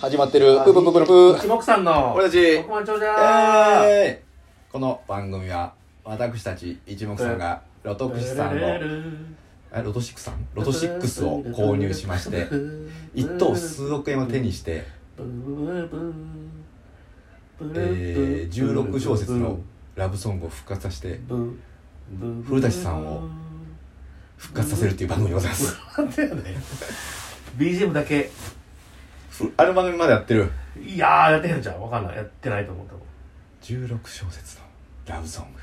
始まってる。プープープープープー一目散の俺たち億万長者えーこの番組は私たち一目さん がロトプシさんのルルルルえロトシックさんロトシックスを購入しまして ブー一等数億円を手にして、ブーブーブーブえーー、16小節のラブソングを復活させてブーブー古舘さんを復活させるっていう番組でございますなんだよね BGM だけふある番組までやってるいやーやってへんじゃんわかんないやってないと思う多分16小節のラブソング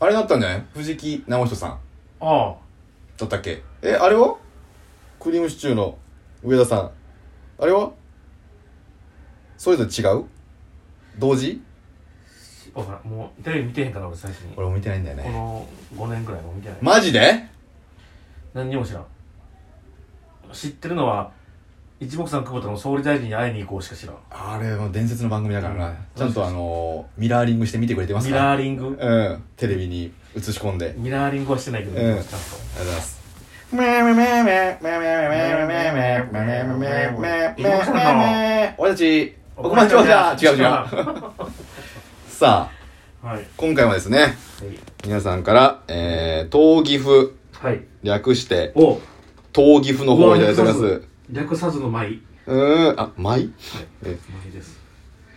あれだったんじゃない藤木直人さんあだったっけえあれはクリームシチューの上田さんあれはそれぞれ違う同時あわからんもうテレビ見てへんから俺最初にこ俺も見てないんだよねの5年くらいも見てないマジで何にも知らん知ってるのは一目散久保田の総理大臣に会いに行こうしか知らんあれも伝説の番組だからな、うんちゃんとあのーミラーリングして見てくれてますミかラーリングうんテレビに映し込んでありミラーリングはしてないけど、うんちゃんとがとうございます俺たち億万長者違う違うさあはい今回はですね皆さんから、えー、東岐阜、はい略して、お東岐阜の方をいただいておりまうわす。略さずの舞うーん、あ、舞え舞です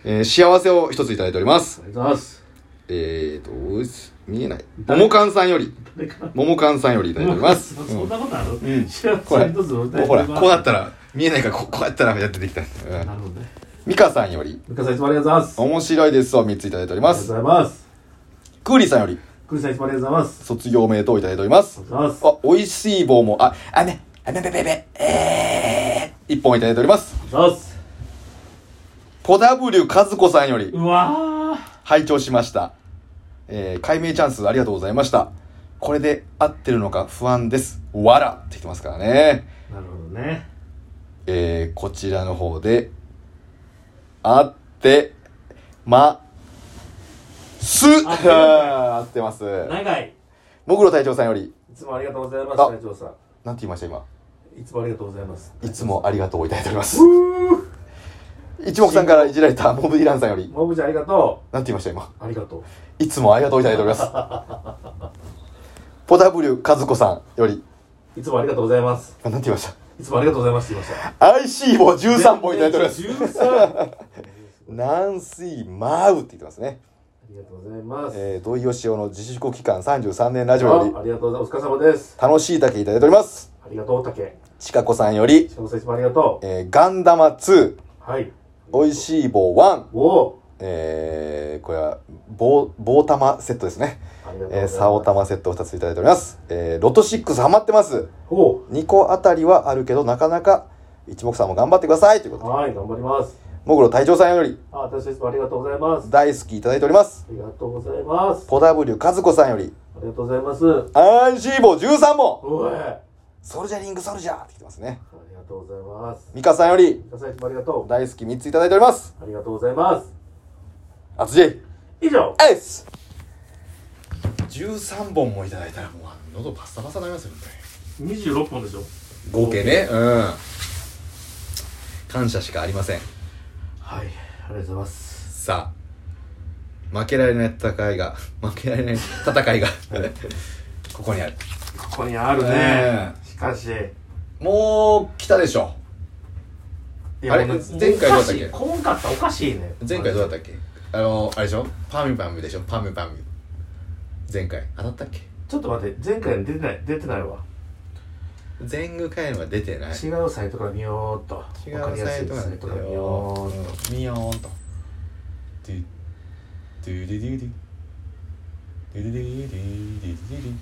えー、幸せを一ついただいております。ありがとうございますえーと、うっす見えない。も誰もかんさんより、誰かなももかんさんよりいただいておりま す。そうんそんなことあるうん知らんこれそれ一つお便りもうほら、こうなったらら、見えないから、こうこうやったらやってできた。うなんるほどねミカさんより、向井さんいつもありがとうございますあり面白いですを3ついただいておりがまとうごす。ざいますクーリーさんより、クリさんいつもありがとうございます卒業名等をいただいておりますあ。りがとうございますあ、美味しい棒も、あ、あめ、あめべべべ、えー、一本いただいております。ありがとうございますポダブリュカズコさんよりうわー拝聴しました。えー、解明チャンスありがとうございました。これで合ってるのか不安です。わらってきてますからね。なるほどねえー、こちらの方で、あって、ま、す合ってる合ってます。長いもぐろ隊長さんより、いつもありがとうございますあ隊長さなんて言いました今。んいつもありがとうございますいつもありがとうをいただいておりまうす。ー一目さんからいじられたモブディランさんより、モブちゃんありがとなんて言いました今。うありがとういつもありがとういただいております。 ポダブリュカズコさんより、いつもありがとうございます。あなんて言いましたいつもありがとうございますって言いました。 ?IC を13本いただいております。 13! あナンスイマウって言ってますね。りがとうございます。えー、土井善雄の自粛期間33年ラジオよりあ、ありがとうございます。お疲れ様です。楽しいだけいただいております。ありがとう、竹。ちかこさんより、下野さんいつもありがとえー、ガンダマ2、う。はい。おいしい棒1、おおえー、これは棒、棒玉セットですね。ありがとうございえー、ます。竿玉セット2ついただいております。えー、ロト6ハマってます。ほ2個あたりはあるけど、なかなか一目さんも頑張ってくださいということう。ではい、頑張ります。もぐろ隊長さんよりあ、私いつもありがとうございます。あ大好きいただいております。りがとうございます。ポダブリュカズコさんより、ありがとうございます。おアンシーボ13本い。あソルジャリングソルジャーって来てますね。りがとうございます。ミカさんより、下野さんいつもありがと大好き3ついただいております。う。ありがとうございます。あつじ、エ以上。ース !13 本もいただいたらもう、喉パッサパサになりますよね。 26本でしょ。合計ね、うん。感謝しかありません。はい。ありがとうございます。さあ、負けられない戦いが、負けられない戦いが、 ここにある。ここにあるねね。しかし。もう、来たでしょ。いやあれもう前回どうだったっけおかしいこんかったらおかしいね前回どうだったっっけあのあれでしょパミュパミュでしょパミュパミュ前回当たったっけけちょっと待って前回出てない出てないわ、前後回のは出てない違うサイトから見ようっと違わかうりやサすイいトがサ出イてトから見ようよっ見よーんとドゥドゥドゥドゥドゥドゥドゥドゥ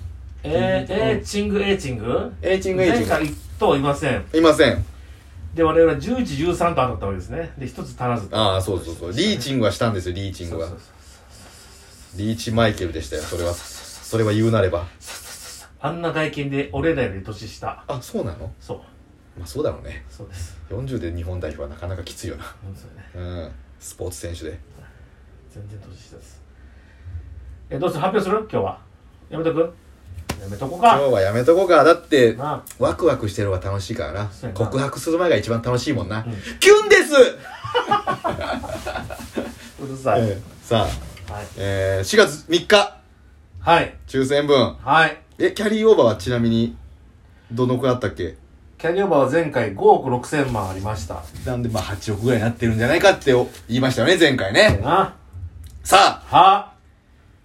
ドとゥドゥドゥドゥえー、えー、チングエーチングエイチングエイチン前回とはいませんグいませんで我々は11、13と当たったわけですねで一つ足らずああそうそうそうリーチングはしたんですよリーチングはそうそうリーチマイケルでしたよそれはそれは言うなればそうあんな外見で俺らより年下あそうなのそうまあそうだろうねそうです40で日本代表はなかなかきついよなうんそうねうんスポーツ選手で全然年下ですえどうする発表する今日はやめとくやめとこう今か日はやめとこうかだってなワクワクしてる方が楽しいからなそうやな告白する前が一番楽しいもんうな、んキュンです、うるさい、えーさあ、はいえー、4月3日はい抽選分はいえキャリーオーバーはちなみにどのくらいあったっけキャリーオーバーは前回5億6千万ありましたなんでまあ8億ぐらいになってるんじゃないかってお言いましたよね前回ねなさあは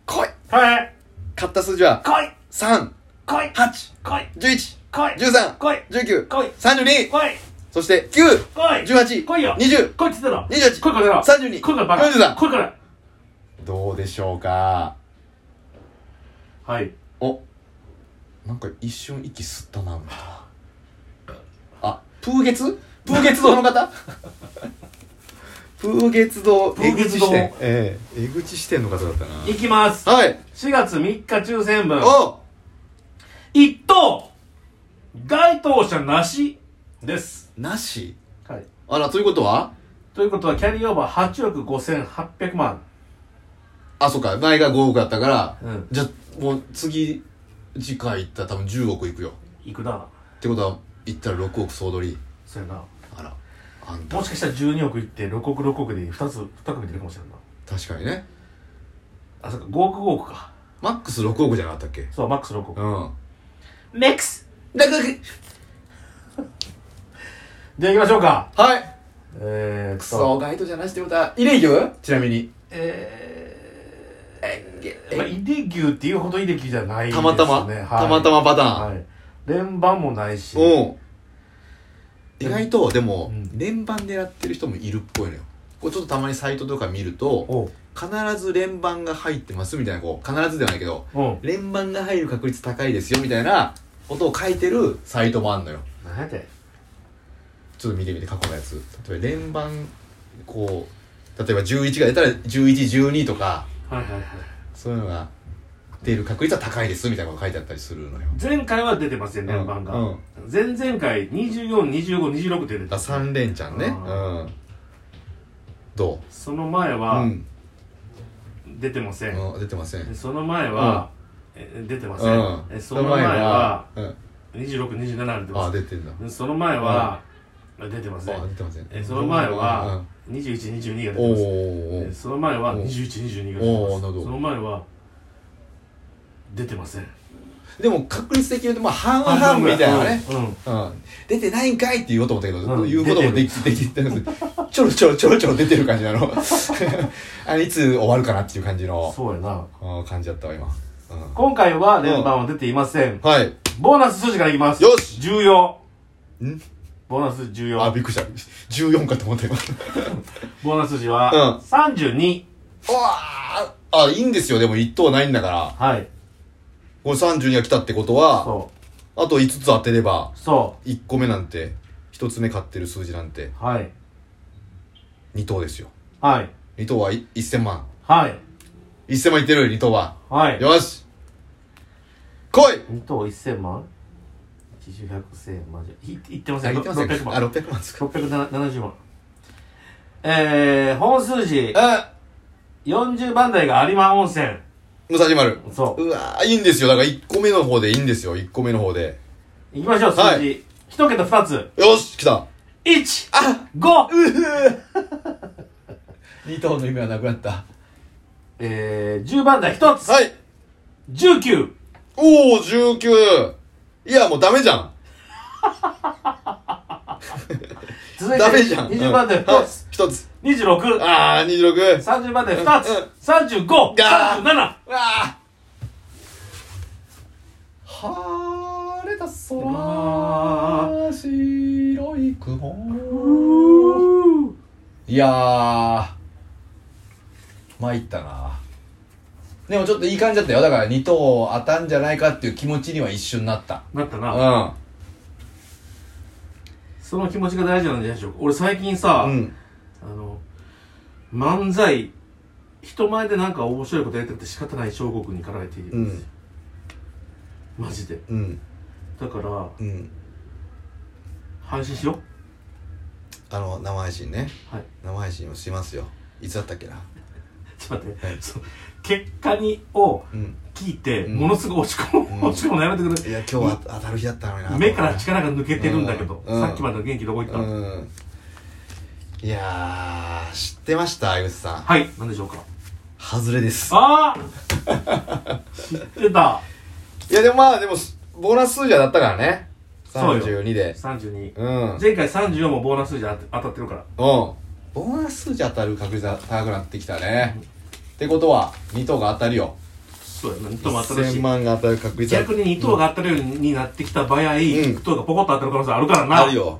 来いはい買った数字は来い3来い8来い11来い13来い19来い32来いそして9来い18来いよ20来いっつってろ28来いからよ32来いからバカ43来いからどうでしょうかはいおなんか一瞬息吸ったなみたいなあプーゲツプーゲツ堂の 方プーゲツ堂プーゲツ堂江口支店ええ江口支店の方だったな行きますはい4月3日抽選分お一等該当者なしですなしはいあらということはということはキャリーオーバー8億5800万あそうか前が5億だったから、うんじゃもう次次回行ったら多分10億いくよいくなってことは行ったら6億総取りそうやなあらあんたもしかしたら12億いって6億6億で2つ2組出るかもしれんな確かにねあそうか5億5億かマックス6億じゃなかったっけそうマックス6億うんメックスだからで行きましょうかはいえーっとガイドじゃなしって歌イレギュちなみにえーまあ、イデギュっていうほどイデギュじゃないですたねまたま、はい、たまたまパターン、はい連番もないしうん意外とでうも、ん連番狙ってる人もいるっぽいのよこれちょっとたまにサイトとか見るとおう必ず連番が入ってますみたいなこう必ずではないけどうん連番が入る確率高いですよみたいなことを書いてるサイトもあんのよ何やてちょっと見てみて過去のやつ例えば連番こう例えば11が出たら1112とかはいはいはいそういうのが出る確率は高いですみたいなこと書いてあったりするのよ前回は出てますよ連番が、うんうん前々回242526出てだた3連チャンねあーうんどその前う、はうん出てません、うん出てませんでその前は、え出てません、うんえその前はうん2627出てあま出てんだすでその前は、出てませあん出てませんえその前は2122が出うんうてんまおすーおーおえーその前はお2122うがおう出てなるまほどすその前は出てませんでも確率的に言うとまあ半々みたいなねうんうんうん出てないんかいって言おうと思ったけど、うん言うこともできできてるちょろちょろちょろちょろ出てる感じ なのあいつ終わるかなっていう感じのそうやなうん感じだったわ今、うん今回は連番は出ていませんはいボーナス数字からいきますよし重要んボーナス数字重あ要びっくりした14かと思った今ボーナス数字うんは32うわーあいいんですよでも1等ないんだからはいこれ32が来たってことはそあと5つ当てればうそ1個目なんて1つ目買ってる数字なんてうはい2等ですよはい2等はい1000万はい1000万いってる2等ははいよし来い2等1000万1 0 0 1000万じゃいいってませあん言ってますよ600あ万600万ですか670万えー、本数字あ40番台が有馬温泉武蔵丸そうわーいいんですよだから1個目の方でいいんですよ1個目の方でう行きましょう数字、はい1桁2つよし来た1あ5 2等の夢はなくなったえー、10番台1つ、はい19おお19いやもうダメじゃん続いてダメじゃん20番台はい1つ、一つ2630ああ26番台2つ、うんうんガー3537うわあ晴れた空白い雲いやー参ったなでもちょっといい感じだったよだから2等当たんじゃないかっていう気持ちには一瞬なったなったうな、んその気持ちが大事なんじゃないでしょうか俺最近さ、うんあの漫才人前でなんか面白いことやってて仕方ない小国にかられているんですよ、マジでうんだからうん配信しよあの生配信ねうはい 生配信をしますよいつだったっけなちょっと待って、その結果にをうん聞聞いて、うんものすごい落ち込む、うん落ち込むのやめてくいや今日は当たる日だったのになれ目から力が抜けてるんだけど、うんさっきまでの元気どこ行った、うんいやー知ってましたあゆさんはい何でしょうか外れですああ知ってたいやでもまあでもボーナス数字はだったからねそうよ32で32うん前回34もボーナス数字当て当たってるからうん。ボーナス数値当たる確率が高くなってきたね。ってことは、2等が当たるよ。そうやな2等も当たる1000し万が当たる確率逆に2等が当たるようになってきた場合、1等がポコッと当たる可能性あるからなあるよ。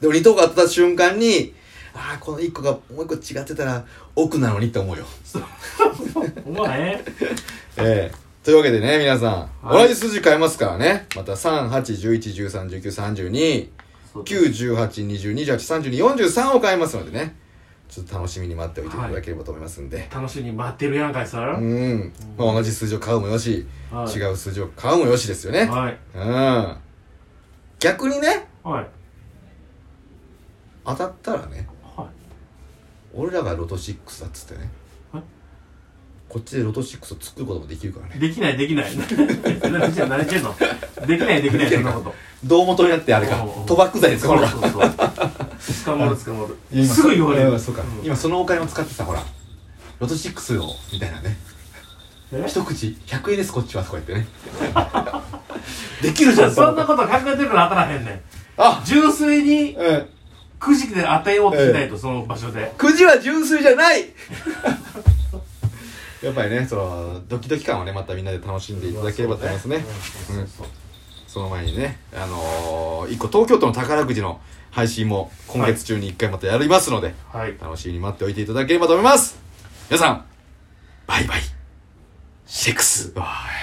でも2等が当たった瞬間に、ああ、この1個がもう1個違ってたら奥なのにって思うよ。ほんまねええというわけでね、皆さん、はい同じ数字変えますからね。また3、8、11、13、19、32、そう9、18、20、28、32、43を変えますのでね。ちょっと楽しみに待っておいていただければと思いますんで。楽しみに待ってるやんかいさ、うん、まあ、同じ数字を買うもよし、はい違う数字を買うもよしですよね、はいうん逆にねはい当たったらねはい俺らがロト6だっつってねえこっちでロト6を作ることもできるからねできないできない何してんの何してんのできないできないそんなこと胴元になってあれかおうおう賭博罪ですかそほうらそうそう捕まる捕まいやる今すぐ言われうるんそうか、ん今そのお金を使ってさほらロト6をみたいなねえ一口100円ですこっちはとか 言ってねできるじゃんそんのなこと考えてるから当たらへんねんあ純粋にうんくじで当てようとしないとその場所でくじは純粋じゃない やっぱりねそのドキドキ感をねまたみんなで楽しんでいただければと思いますねそうそうそうその前にねあのー、一個東京都の宝くじの配信も今月中に一回またやりますので、はい楽しみに待っておいていただければと思います皆さんバイバイシックスバイ